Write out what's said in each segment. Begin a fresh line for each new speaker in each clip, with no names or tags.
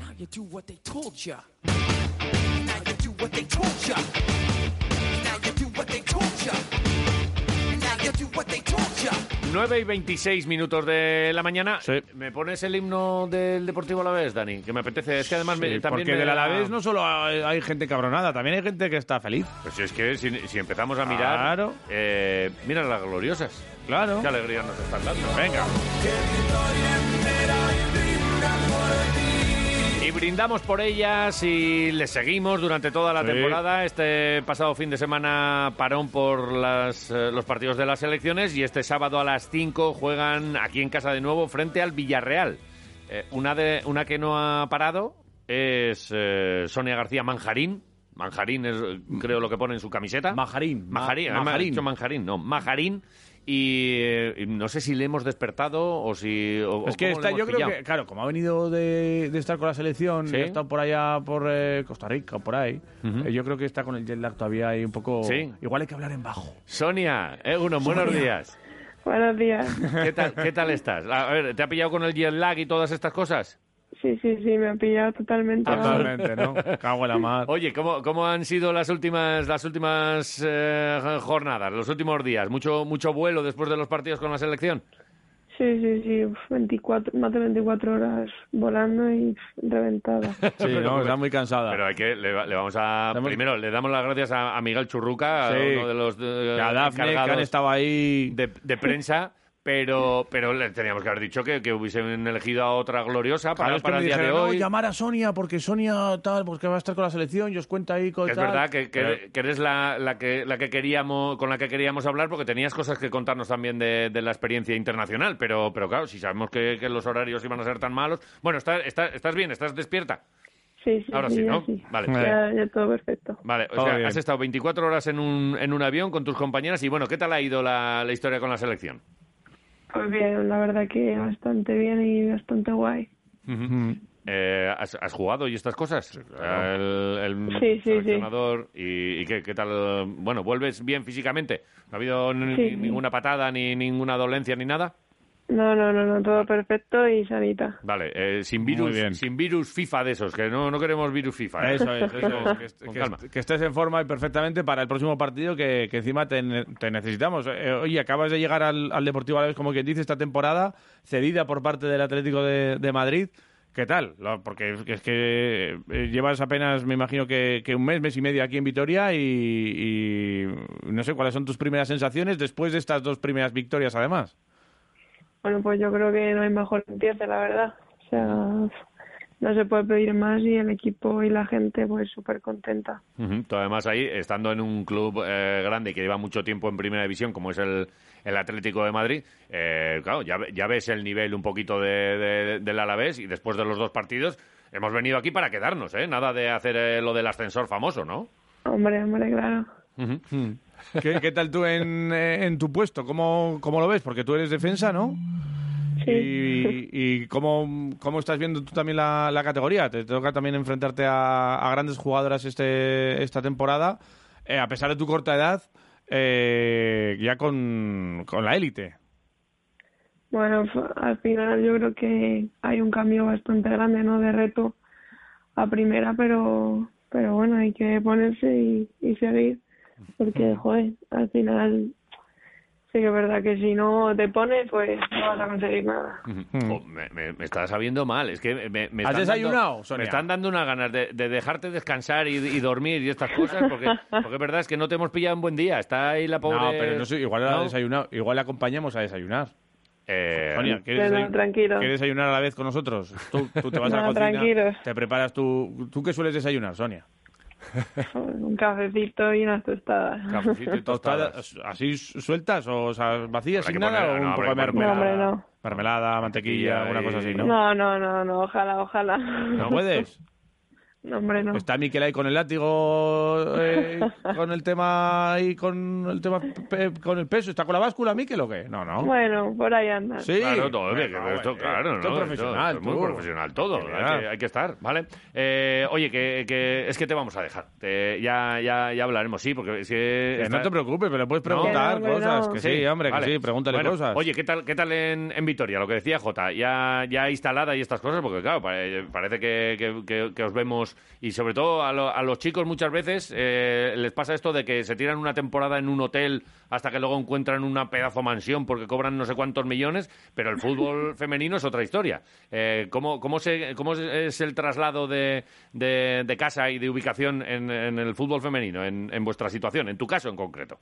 Now you do what they told ya. Now you do what they told ya. Now you do what they told ya. Now you do what they told ya.
9 y 26 minutos de la mañana. ¿Me pones el himno del Deportivo Alavés, Dani? Que me apetece. Es que además me,
Sí,
también
porque
me
del
da-
Alavés no solo hay hay gente cabronada, también hay gente que está feliz.
Pues es que si, si empezamos a mirar...
Claro.
eh, mira las gloriosas.
Claro.
Qué alegría nos están dando.
Venga.
Y brindamos por ellas y les seguimos durante toda la
Sí.
temporada. Este pasado fin de semana parón por las, eh, los partidos de las elecciones y este sábado a las 5 juegan aquí en casa de nuevo frente al Villarreal. Eh, una, de, una que no ha parado es eh, Sonia García Manjarín. Manjarín es, eh, creo, lo que pone en su camiseta.
Majarín. Ma-
Majarín, ah, me ha
Majarín.
dicho Manjarín, no, Majarín. Y, eh, y no sé si le hemos despertado o si... o-
Es
o cómo
que
le
está,
hemos
yo creo
pillado.
que, claro, como ha venido de, de estar con la selección,
Sí.
y ha estado por allá, por eh, Costa Rica, por ahí, eh, yo creo que está con el jet lag todavía ahí un poco...
Sí.
Igual hay que hablar en bajo.
Sonia, Egunon, buenos días.
Buenos días.
¿Qué tal, ¿Qué tal estás? A ver, ¿te ha pillado con el jet lag y todas estas cosas?
Sí, sí, sí, me ha pillado totalmente.
Totalmente, ¿no? Cago en la mar.
Ah. Oye, ¿cómo, cómo han sido las últimas, las últimas eh, jornadas, los últimos días? ¿Mucho, ¿Mucho vuelo después de los partidos con la selección?
Sí, sí, sí, uf, 24, más de 24 horas volando y uf, reventada.
Sí, no, está muy cansada.
Pero hay que, le, va- le vamos a...
Damos-
Primero, le damos las gracias a, a Miguel Churruca, a
Sí.
uno de los eh,
Y a Dafne, que han
encargados
estado ahí...
de, de prensa, pero, pero le teníamos que haber dicho que, que hubiesen elegido a otra gloriosa para,
Claro, es que
para
me
el día de
dijeron, "No,
hoy.
llamar a Sonia, porque Sonia tal, porque va a estar con la selección, y os cuenta ahí con
Que es
tal".
verdad que, que-
Pero-
que eres la, la que, la que queríamos, con la que queríamos hablar porque tenías cosas que contarnos también de, de la experiencia internacional, pero, pero claro, si sabemos que, que los horarios iban a ser tan malos. Bueno, está- está- estás bien, estás despierta.
Sí, sí,
Ahora
sí,
sí,
ya
¿no? Vale.
Ya, ya todo perfecto.
Vale, o
Todo
sea,
bien.
has estado 24 horas en un, en un avión con tus compañeras y bueno, ¿qué tal ha ido la, la historia con la selección?
Pues bien, la verdad que bastante bien y bastante guay.
Eh, ¿has, has jugado y estas cosas? El, el
Sí, sí, sí.
seleccionador. ¿Y, y qué, qué tal? Bueno, ¿vuelves bien físicamente? ¿No ha habido ni-
Sí.
ninguna patada, ni ninguna dolencia, ni nada?
No, no, no, no, todo perfecto y sanita.
Vale, eh, sin
Muy
virus,
bien.
sin virus FIFA de esos, que no, no queremos virus FIFA. ¿eh?
Eso es, eso es. Que est-
Con
que,
calma.
est- que estés en forma y perfectamente para el próximo partido que, que encima te, ne- te necesitamos. Eh, oye, acabas de llegar al, al Deportivo Alavés, como quien dice, esta temporada, cedida por parte del Atlético de, de Madrid. ¿Qué tal? Lo- Porque es que eh, llevas apenas, me imagino que, que un mes, mes y medio aquí en Vitoria y, y no sé cuáles son tus primeras sensaciones después de estas dos primeras victorias, además.
Bueno, pues yo creo que no hay mejor empiece, la verdad. O sea, uf, no se puede pedir más y el equipo y la gente pues súper contenta.
Ujú. Tú, Además, ahí, estando en un club eh, grande y que lleva mucho tiempo en primera división, como es el, el Atlético de Madrid, eh, claro, ya, ve- ya ves el nivel un poquito de, de- del Alavés y después de los dos partidos hemos venido aquí para quedarnos, ¿eh? Nada de hacer eh, lo del ascensor famoso, ¿no?
Hombre, hombre, claro.
¿Qué, qué tal tú en, eh, en tu puesto? ¿Cómo, ¿Cómo lo ves? Porque tú eres defensa, ¿no?
Sí.
¿Y, y cómo, cómo estás viendo tú también la, la categoría? Te toca también enfrentarte a, a grandes jugadoras este, esta temporada, eh, a pesar de tu corta edad, eh, ya con, con la élite.
Bueno, f- al final yo creo que hay un cambio bastante grande, ¿no? De reto a primera, pero, pero bueno, hay que ponerse y, y seguir. Porque, joder, al final sí que es verdad que si no te pones, pues no vas a conseguir nada.
Jo, Oh, me, me- me está sabiendo mal. Es que me, me- me
Mm. ¿Has
están
desayunado,
dando-
Sonia?
me están dando unas ganas de, de dejarte descansar y, y dormir y estas cosas, porque, porque es verdad es que no te hemos pillado en buen día. Está ahí la pobre...
No, pero no sé, igual, la
¿No?
desayunado, igual la acompañamos a desayunar.
Eh,
Sonia, ¿quieres,
Pero no,
desayun-
tranquilo.
quieres desayunar a la vez con nosotros? Tú, tú te vas a la
No,
cocina,
tranquilos.
te preparas tú. ¿Tú qué sueles desayunar, Sonia?
Joder, Un cafecito y unas tostadas.
cafecito y tostadas.
¿Tostadas así sueltas o, o sea, vacías
Habrá
sin
que
nada
poner-
o un
no,
poco de
habrá que poner-
mermelada?
No, hombre, no.
Mermelada, mantequilla,
Mantequilla
alguna cosa así,
y-
¿no?
No, no, no, no, ojalá, ojalá.
¿No puedes? Pues
No, hombre, no.
Está Miquel ahí con el látigo, eh, con el tema ahí, con el tema pe- con el peso. ¿Está con la báscula, Miquel, o qué? No, no.
Bueno, por ahí anda.
Sí.
Claro, todo, hombre,
Bueno,
que esto,
eh,
claro,
esto
¿no?
es
Esto-
profesional.
esto es muy
tú.
profesional todo,
Sí,
hay que,
verdad.
hay que estar, ¿vale? Eh, oye, que, que es que te vamos a dejar. Te- ya, ya, ya hablaremos, sí, porque es que...
Que
está-
no te preocupes, pero puedes preguntar
Que no, que
cosas.
no.
Que sí, hombre,
vale.
que sí, pregúntale
Bueno,
cosas.
Oye, ¿qué tal, qué tal en, en Vitoria? Lo que decía Jota, ya, ya instalada y estas cosas, porque claro, pa- eh, parece que, que- que- que os vemos y sobre todo a, lo- a los chicos muchas veces eh, les pasa esto de que se tiran una temporada en un hotel hasta que luego encuentran una pedazo mansión porque cobran no sé cuántos millones, pero el fútbol femenino es otra historia. Eh, ¿cómo, cómo, se- cómo es el traslado de, de- de casa y de ubicación en, en el fútbol femenino, en, en vuestra situación, en tu caso en concreto?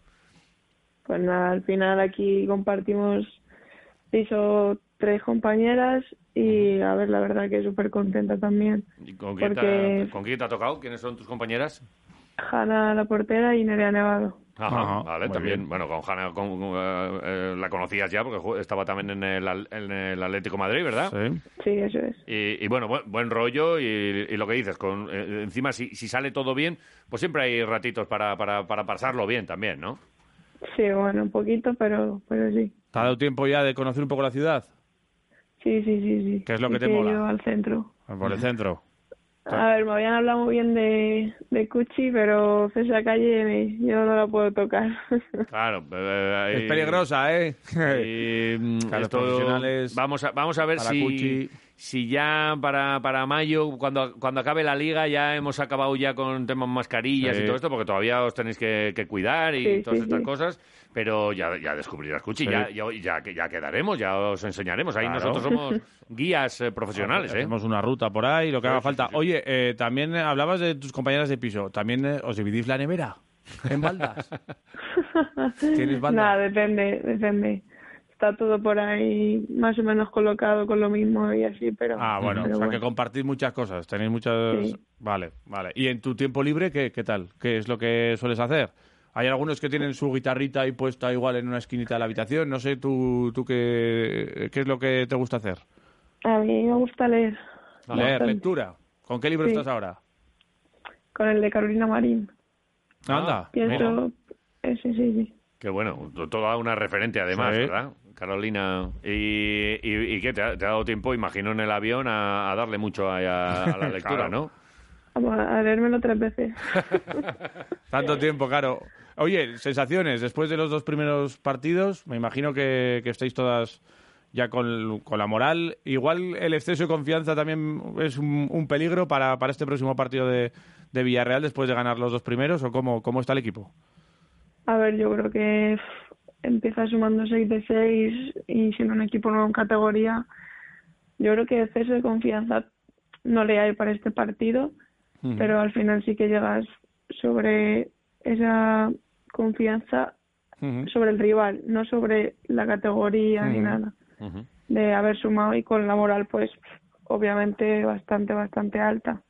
Pues nada, al final aquí compartimos piso tres compañeras y a ver, la verdad que súper contenta también.
¿Y con, quién te,
Porque-
ha- con quién te ha tocado? ¿Quiénes son tus compañeras?
Hanna la portera y Nerea Nevado.
Ajá,
Ajá,
vale,
muy
también.
bien.
Bueno, con Hanna con- con, eh, eh, la conocías ya porque ju- estaba también en el, al- en el Atlético Madrid, ¿verdad?
Sí.
Sí, eso es.
Y, y bueno, bu- buen, rollo y, y lo que dices, con, eh, encima si, si sale todo bien, pues siempre hay ratitos para, para, para pasarlo bien también, ¿no?
Sí, bueno, un poquito, pero, pero sí.
¿Te ha dado tiempo ya de conocer un poco la ciudad?
Sí, sí, sí, sí.
¿Qué es lo
Sí
que te mola?
he ido al centro.
Por
Mm.
el centro.
A ver, me habían hablado muy bien de, de Cuchi, pero esa calle eh, yo no la puedo tocar.
Claro. eh,
Es
y-
peligrosa, ¿eh?
y, mm,
Claro, los
esto-
profesionales,
vamos a vamos a ver
para
si
Cuchi.
si ya para, para mayo cuando cuando acabe la liga ya hemos acabado ya con temas mascarillas
Sí.
y todo esto porque todavía os tenéis que, que cuidar y
Sí,
todas
sí,
estas
sí.
cosas pero ya, ya descubrirás Cuchi
Sí.
ya, ya ya que- ya quedaremos ya os enseñaremos ahí
Claro.
nosotros somos guías eh, profesionales ¿eh?
Hacemos una ruta por ahí, lo que
Sí,
haga
sí,
falta.
sí, sí.
Oye, eh, también eh, hablabas de tus compañeras de piso. ¿También eh, os dividís la nevera? ¿En baldas? ¿Tienes baldas?
Nada, depende, depende. Está todo por ahí más o menos colocado con lo mismo y así, pero...
Ah, bueno,
pero
o sea que compartís muchas cosas, tenéis muchas...
Sí.
Vale, vale. ¿Y en tu tiempo libre qué, qué tal? ¿Qué es lo que sueles hacer? Hay algunos que tienen su guitarrita ahí puesta igual en una esquinita de la habitación, no sé, ¿tú, tú qué, qué es lo que te gusta hacer?
A mí me gusta leer.
Leer,
Bastante.
lectura. ¿Con qué libro
Sí.
estás ahora?
Con el de Carolina Marín.
Anda, mira.
Pienso... Ese, sí, sí.
que bueno to- toda una referente además
Sí.
verdad Carolina y, y, y qué te ha, te ha dado tiempo imagino en el avión a, a darle mucho ahí a, a la lectura
Claro.
no
Vamos a leérmelo tres veces.
Tanto tiempo, claro. Oye, sensaciones, después de los dos primeros partidos, me imagino que, que estáis todas ya con, con la moral. Igual el exceso de confianza también es un, un peligro para, para este próximo partido de, de Villarreal después de ganar los dos primeros, o cómo, cómo está el equipo.
A ver, yo creo que pff, empieza sumando 6 de 6 y siendo un equipo nuevo en categoría, yo creo que exceso de confianza no le hay para este partido, pero al final sí que llegas sobre esa confianza
Ujú.
sobre el rival, no sobre la categoría ni
Ujú.
nada.
Ujú.
De haber sumado y con la moral, pues obviamente bastante, bastante alta.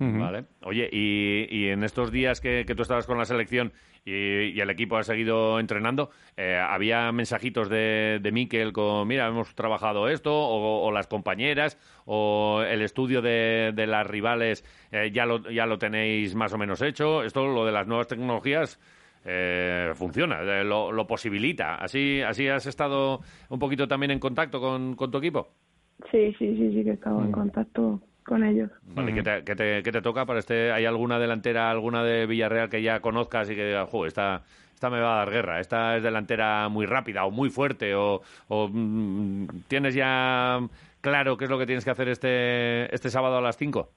Ujú.
Vale. Oye, y, y en estos días que, que tú estabas con la selección y, y el equipo ha seguido entrenando, eh, ¿había mensajitos de, de Miquel con, mira, hemos trabajado esto, o, o las compañeras, o el estudio de, de las rivales, eh, ya, lo, ya lo tenéis más o menos hecho? Esto, lo de las nuevas tecnologías, eh, funciona, eh, lo, lo posibilita. ¿Así, ¿Así has estado un poquito también en contacto con, con tu equipo?
Sí, sí, sí, sí que estaba en contacto con ellos.
Vale, ¿qué, te, qué te- qué te toca para este? ¿Hay alguna delantera, alguna de Villarreal que ya conozcas y que digas, "Jo, esta, esta me va a dar guerra, esta es delantera muy rápida o muy fuerte o, o, mm, tienes ya claro qué es lo que tienes que hacer este, este sábado a las 5?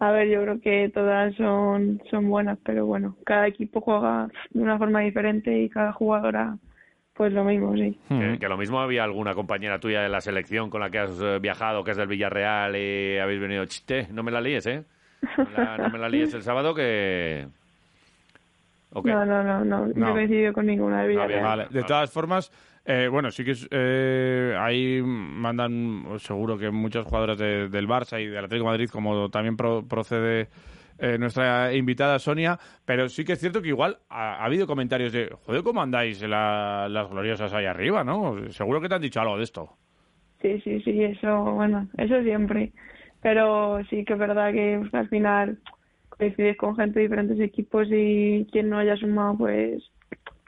A ver, yo creo que todas son, son buenas, pero bueno, cada equipo juega de una forma diferente y cada jugadora, pues lo mismo, sí.
Que, que lo mismo había alguna compañera tuya de la selección con la que has eh, viajado, que es del Villarreal y habéis venido, chiste, no me la líes, ¿eh? No me la, no me la líes el sábado que... ¿O qué?
No, no, no, no, yo
No.
no he coincidido con ninguna de Villarreal.
bien.
Vale, de
Vale.
todas formas, eh, bueno, sí que es, eh, ahí mandan, seguro que muchas jugadoras de- del Barça y del Atlético de Madrid, como también pro- procede eh, nuestra invitada Sonia, pero sí que es cierto que igual ha, ha habido comentarios de, joder, ¿cómo andáis la- las gloriosas ahí arriba, no? Seguro que te han dicho algo de esto.
Sí, sí, sí, eso, bueno, eso siempre. Pero sí que es verdad que pues, al final coincides con gente de diferentes equipos y quien no haya sumado, pues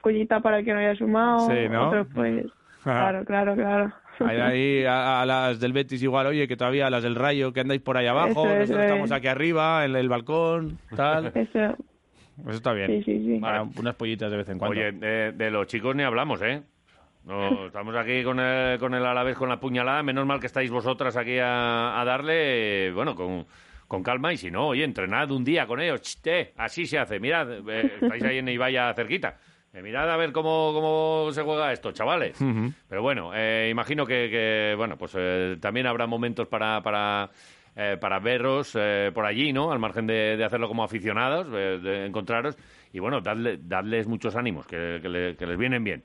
collita para el que no haya sumado.
Sí, ¿no?
Otros, pues.
Ajá.
Claro, claro, claro.
Ahí, ahí a, a las del Betis igual, oye, que todavía a las del Rayo, que andáis por ahí
Eso
abajo,
es,
nosotros
eh.
estamos aquí arriba, en el balcón, tal.
Eso,
Eso está
sí,
bien.
sí, sí.
Para unas pollitas de vez en cuando.
Oye, de, de los chicos ni hablamos, ¿eh? No, estamos aquí con el, con el Alavés con la puñalada. Menos mal que estáis vosotras aquí a, a darle, eh, bueno, con, con calma. Y si no, oye, entrenad un día con ellos. Ch, eh, así se hace. Mirad, eh, estáis ahí en Ibaya cerquita. Eh, mirad a ver cómo, cómo se juega esto, chavales. Pero bueno, eh, imagino que, que, bueno, pues eh, también habrá momentos para... para eh, para veros eh, por allí, ¿no? Al margen de, de hacerlo como aficionados, eh, de encontraros. Y bueno, dadle, dadles muchos ánimos, que, que le- que les vienen bien.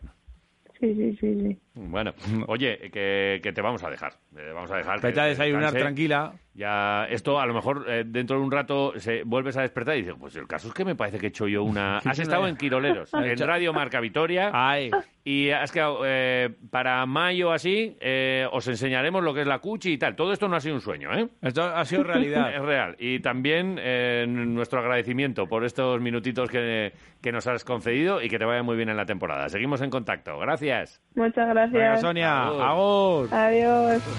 Sí, sí, sí, sí.
Bueno, oye, que, que te vamos a dejar. eh, vamos a dejar. que
Vete a
te
desayunar
descanse.
tranquila.
Ya, esto a lo mejor eh, dentro de un rato se, vuelves a despertar y dices, pues el caso es que me parece que he hecho yo una... Has estado en Quiroleros, en Radio Marca Vitoria.
Ay,
Y has quedado, eh, para mayo así, eh, os enseñaremos lo que es la cuchi y tal. Todo esto no ha sido un sueño, ¿eh?
esto ha sido realidad.
Es real. Y también eh, nuestro agradecimiento por estos minutitos que, que nos has concedido y que te vaya muy bien en la temporada. Seguimos en contacto. Gracias.
Muchas
Venga,
gracias.
Sonia,
Agur.
agur.
Adiós.